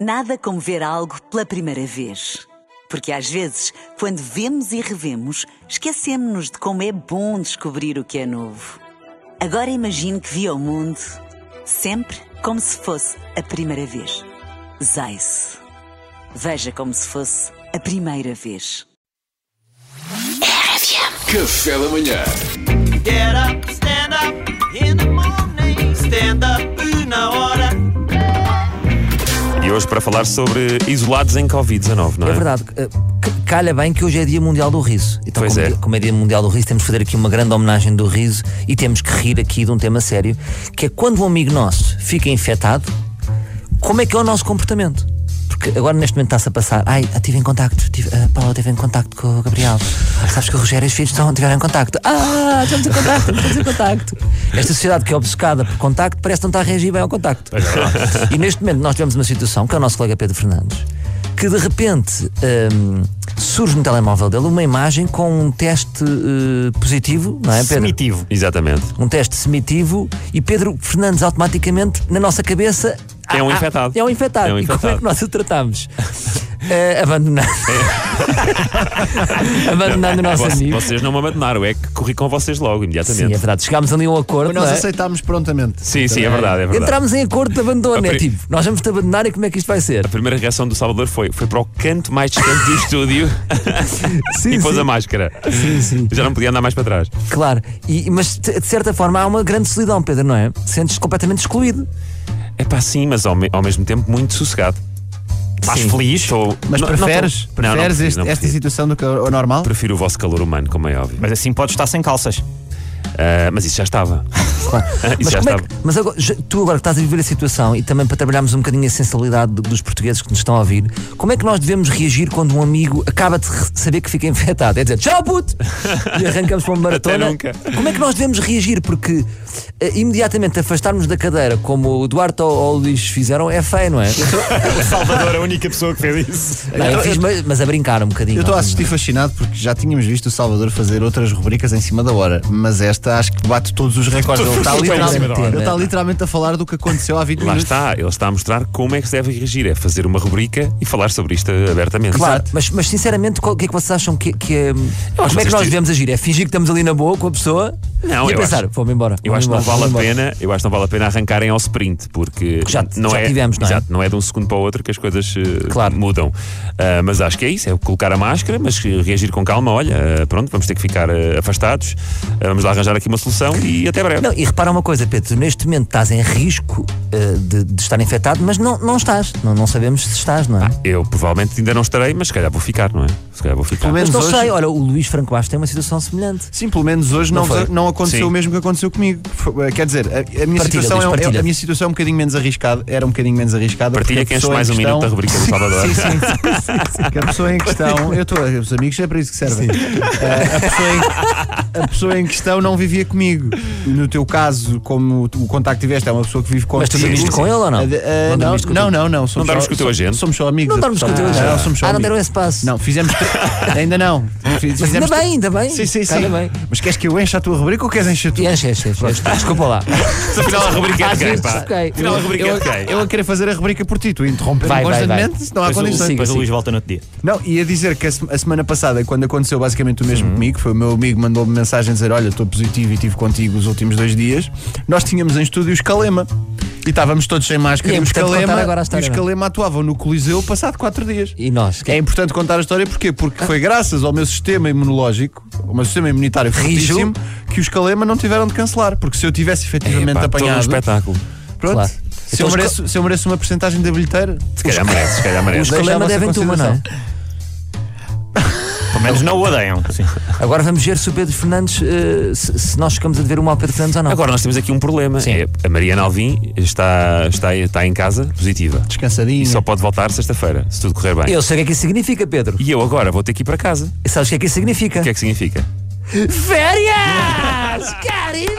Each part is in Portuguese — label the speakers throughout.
Speaker 1: Nada como ver algo pela primeira vez. Porque às vezes, quando vemos e revemos, esquecemos-nos de como é bom descobrir o que é novo. Agora imagine que viu o mundo sempre como se fosse a primeira vez. Zais. Veja como se fosse a primeira vez.
Speaker 2: Café da manhã.
Speaker 3: Get up, stand up in the morning. Stand up na hora.
Speaker 4: E hoje para falar sobre isolados em Covid-19, não é?
Speaker 5: É verdade. eh, c- Calha bem que hoje é Dia Mundial do Riso. Então,
Speaker 4: Pois
Speaker 5: como,
Speaker 4: é.
Speaker 5: dia- como é Dia Mundial do Riso, temos que fazer aqui uma grande homenagem do riso e temos que rir aqui de um tema sério, que é quando um amigo nosso fica infectado, como é que é o nosso comportamento? Porque agora neste momento está-se a passar. Ai, eu tive em contacto. Tive, a Paula teve em contacto com o Gabriel. Sabes que o Rogério e os filhos estão, tiveram em contacto. Ah, estamos em contacto, estamos em contacto. Esta sociedade que é obcecada por contacto parece que não está a reagir bem ao contacto. E neste momento nós tivemos uma situação, que é o nosso colega Pedro Fernandes, que de repente hum, surge no telemóvel dele uma imagem com um teste eh, positivo, não é, Pedro?
Speaker 6: Primitivo.
Speaker 4: Exatamente.
Speaker 5: um teste semitivo e Pedro Fernandes automaticamente, na nossa cabeça,
Speaker 4: É um
Speaker 5: ah, ah,
Speaker 4: infectado.
Speaker 5: É um infectado.
Speaker 4: É um
Speaker 5: E como é
Speaker 4: infectado.
Speaker 5: que nós o tratámos? Eh, abandonando. abandonando o nosso
Speaker 4: Vo-
Speaker 5: amigo.
Speaker 4: Vocês não me abandonaram, é que corri com vocês logo,
Speaker 5: Sim, é
Speaker 4: imediatamente.
Speaker 5: verdade. Chegámos ali a um acordo.
Speaker 6: Mas nós
Speaker 5: não é?
Speaker 6: aceitámos prontamente.
Speaker 4: Sim, sim, é verdade, é verdade.
Speaker 5: Entramos em acordo de abandono.
Speaker 4: A
Speaker 5: É
Speaker 4: pri-
Speaker 5: tipo, nós vamos te abandonar e como é que isto vai ser?
Speaker 4: A primeira reação do Salvador foi, foi para o canto mais distante do estúdio
Speaker 5: Sim,
Speaker 4: e pôs
Speaker 5: sim.
Speaker 4: a máscara.
Speaker 5: Sim, sim.
Speaker 4: Já não podia andar mais para trás.
Speaker 5: Claro. E, mas de, de certa forma há uma grande solidão, Pedro, não é? Sentes-te completamente excluído.
Speaker 4: É pá, sim, mas ao, me- ao mesmo tempo muito sossegado. Estás
Speaker 5: Sim.
Speaker 4: feliz? Ou...
Speaker 6: Mas
Speaker 4: Não- não tô-
Speaker 6: preferes,
Speaker 4: Não, não
Speaker 6: preferes
Speaker 4: prefiro,
Speaker 6: este-
Speaker 4: não
Speaker 6: esta
Speaker 4: prefiro.
Speaker 6: situação do que o o normal?
Speaker 4: Prefiro o vosso calor humano, como é óbvio.
Speaker 7: Mas assim podes estar sem calças.
Speaker 4: Ah, mas isso já estava. isso
Speaker 5: Mas,
Speaker 4: já
Speaker 5: como é
Speaker 4: estava.
Speaker 5: que, mas agora, já- tu agora que estás a viver a situação e também para trabalharmos um bocadinho a sensibilidade do- dos portugueses que nos estão a ouvir, como é que nós devemos reagir quando um amigo acaba de re- saber que fica infectado? É dizer, tchau puto! E arrancamos para uma maratona.
Speaker 4: Até nunca.
Speaker 5: Como é que nós devemos reagir? Porque eh, imediatamente afastarmos da cadeira, como o Duarte ou, ou o Luís fizeram, é feio, não é?
Speaker 7: O Salvador, a única pessoa que fez isso.
Speaker 5: Não, eu fiz, mas, mas a brincar um bocadinho.
Speaker 6: Eu estou a
Speaker 5: não.
Speaker 6: assistir fascinado porque já tínhamos visto o Salvador fazer outras rubricas em cima da hora, mas esta acho que bate todos os recordes. Ele está
Speaker 5: Estou em cima da
Speaker 6: literalmente,
Speaker 5: hora.
Speaker 6: ele está literalmente a falar do que aconteceu há 20
Speaker 4: Lá
Speaker 6: minutos.
Speaker 4: está, ele está a mostrar como é que se deve reagir. É fazer uma rubrica e falar sobre isto abertamente.
Speaker 5: Claro,
Speaker 6: Exato.
Speaker 5: mas, mas sinceramente, qual- o que é que vocês acham que, que é.
Speaker 4: acho
Speaker 5: Como é
Speaker 4: que
Speaker 5: que nós
Speaker 4: este-
Speaker 5: devemos agir? É fingir que estamos ali na boa com a pessoa
Speaker 4: Não,
Speaker 5: e a
Speaker 4: eu
Speaker 5: pensar,
Speaker 4: acho-
Speaker 5: vou-me embora.
Speaker 4: Eu
Speaker 5: vou-me
Speaker 4: acho que não
Speaker 5: embora,
Speaker 4: vale a
Speaker 5: vou-me embora.
Speaker 4: pena, eu acho que não vale a pena arrancarem ao sprint, porque
Speaker 5: já-
Speaker 4: não
Speaker 5: já
Speaker 4: é,
Speaker 5: tivemos, não é?
Speaker 4: Exato, não é de um segundo para o outro que as coisas eh,
Speaker 5: Claro.
Speaker 4: mudam. Ah, mas acho que é isso, é colocar a máscara, mas que reagir com calma, olha, ah, pronto, vamos ter que ficar ah, afastados, ah, vamos lá arranjar aqui uma solução e até breve.
Speaker 5: Não, e repara uma coisa, Pedro, tu neste momento estás em risco eh, de, de estar infectado, mas não, não estás. Não, não sabemos se estás, não é?
Speaker 4: Eu provavelmente ainda não estarei, mas se calhar vou ficar, não é? Se calhar vou ficar.
Speaker 6: Pelo menos
Speaker 5: mas não
Speaker 6: hoje-
Speaker 5: sei, olha, o Luís Franco Bastos tem uma situação semelhante.
Speaker 6: Sim, pelo menos hoje não,
Speaker 5: Não foi?
Speaker 6: não aconteceu
Speaker 4: Sim.
Speaker 6: o mesmo que aconteceu comigo. Foi- Quer dizer, a, a minha
Speaker 5: Partilha,
Speaker 6: situação
Speaker 5: Luís,
Speaker 6: é um- é,
Speaker 5: partilha.
Speaker 6: a minha situação é um bocadinho menos arriscada. Era um bocadinho menos arriscada. porque
Speaker 4: Partilha
Speaker 6: a
Speaker 4: que enche
Speaker 6: pessoa em
Speaker 4: mais um
Speaker 6: questão-
Speaker 4: minuto da rubrica do Salvador.
Speaker 6: Sim, sim, sim, sim, sim. Que a pessoa em questão. Eu estou. Os amigos é para isso que servem. Eh, a, pessoa em, a pessoa em questão não vivia comigo. No teu caso, como o contacto que tiveste é uma pessoa que vive com
Speaker 5: Mas tu dormiste com ele ou não?
Speaker 6: Eh, eh,
Speaker 5: Não
Speaker 6: não,
Speaker 5: dormiste com o teu-
Speaker 6: não, não, não. somos
Speaker 4: dormes
Speaker 6: só-
Speaker 4: com o teu agente?
Speaker 6: Somos só amigos.
Speaker 5: Não dormes com o teu agente?
Speaker 6: Não, somos só
Speaker 5: Ah, não
Speaker 6: amigos.
Speaker 5: deram esse passo.
Speaker 6: Não, fizemos. Ainda não. Fiz-
Speaker 5: Mas ainda
Speaker 6: fizemos-
Speaker 5: bem, ainda bem.
Speaker 6: Sim, sim, sim.
Speaker 5: Ainda bem.
Speaker 6: Mas queres que eu encha a tua rubrica ou queres encher tu?
Speaker 5: E enche, enche, enche, enche. Desculpa lá.
Speaker 4: Afinal, a rubrica é
Speaker 5: Às
Speaker 4: de quem,
Speaker 5: vezes
Speaker 4: pá?
Speaker 5: toquei.
Speaker 4: Afinal, a rubrica é de quem?
Speaker 6: Eu a querer fazer a rubrica por ti, tu interromper
Speaker 5: Vai, vai,
Speaker 6: constantemente,
Speaker 5: vai.
Speaker 6: se não há
Speaker 7: Depois o-
Speaker 6: condições.
Speaker 7: Depois o Luís volta no outro dia.
Speaker 6: Não, ia dizer que a, se- a semana passada, quando aconteceu basicamente o mesmo comigo, foi o meu amigo que mandou-me mensagem a dizer: Olha, estou positivo e estive contigo os últimos dois dias. Nós tínhamos em estúdio o Escalema. E estávamos todos sem
Speaker 5: E
Speaker 6: máscara
Speaker 5: é
Speaker 6: e o
Speaker 5: importante
Speaker 6: Escalema,
Speaker 5: contar agora a
Speaker 6: e o
Speaker 5: história, não é?
Speaker 6: Escalema atuavam no Coliseu passado quatro dias.
Speaker 5: E nós?
Speaker 6: É importante contar a história porquê? Porque foi graças ao meu sistema imunológico, ao meu sistema imunitário
Speaker 5: Rijo.
Speaker 6: fortíssimo, que os Calema não tiveram de cancelar. Porque se eu tivesse efetivamente
Speaker 4: Epá, todo um
Speaker 6: apanhado.
Speaker 4: espetáculo.
Speaker 6: pronto,
Speaker 5: Claro.
Speaker 6: se,
Speaker 5: Então
Speaker 6: eu
Speaker 5: os
Speaker 6: mereço, se eu mereço uma porcentagem da bilheteira,
Speaker 4: Se calhar merece, se calhar
Speaker 5: Os
Speaker 4: merece.
Speaker 6: Deixa a
Speaker 5: colemas
Speaker 6: vossa
Speaker 5: devem tu, não é?
Speaker 7: Pelo menos não o odeiam. Sim.
Speaker 5: Agora vamos ver se o Pedro Fernandes, eh, se, se nós ficamos a dever uma ao Pedro Fernandes ou não.
Speaker 4: Agora nós temos aqui um problema.
Speaker 5: Sim.
Speaker 4: É, a Mariana Alvim está, está, está em casa positiva.
Speaker 6: descansadinho.
Speaker 4: E só pode voltar sexta-feira, se tudo correr bem.
Speaker 5: Eu sei o que é que isso significa, Pedro.
Speaker 4: E eu agora vou ter que ir para casa.
Speaker 5: é E sabes o que é que isso significa?
Speaker 4: O que é que significa?
Speaker 5: Férias! Querida!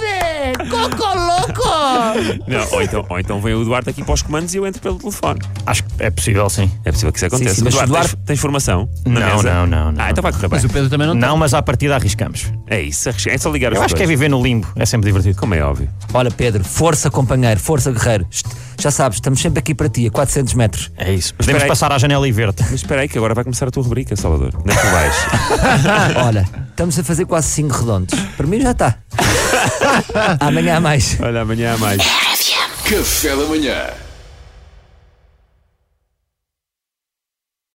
Speaker 5: Coco louco!
Speaker 4: Não, ou, então, ou então vem o Duarte aqui para os comandos e eu entro pelo telefone.
Speaker 7: Acho que é possível, sim.
Speaker 4: É possível que isso aconteça.
Speaker 5: sim,
Speaker 4: mas Duarte,
Speaker 5: mas o Duarte-
Speaker 4: Tens, tens formação? na
Speaker 7: Não,
Speaker 4: mesa?
Speaker 7: não, não, não.
Speaker 4: Ah, então vai correr bem.
Speaker 6: Mas o Pedro também não,
Speaker 7: Não, mas à partida arriscamos.
Speaker 4: É isso, é só ligar os
Speaker 7: Eu acho que é
Speaker 4: dois.
Speaker 7: viver no limbo. É sempre divertido.
Speaker 4: Como é óbvio.
Speaker 5: Olha, Pedro, força, companheiro, força, guerreiro. Est- Já sabes, estamos sempre aqui para ti, a 400 metros.
Speaker 7: É isso.
Speaker 4: Espera
Speaker 7: Podemos
Speaker 4: aí.
Speaker 7: passar à janela e ver-te.
Speaker 4: Mas espera aí que agora vai começar a tua rubrica, Salvador. Onde é que tu vais?
Speaker 5: Olha, estamos a fazer quase 5 redondos. Para mim já está. Amanhã há mais.
Speaker 4: Olha, amanhã há mais.
Speaker 2: Café da Manhã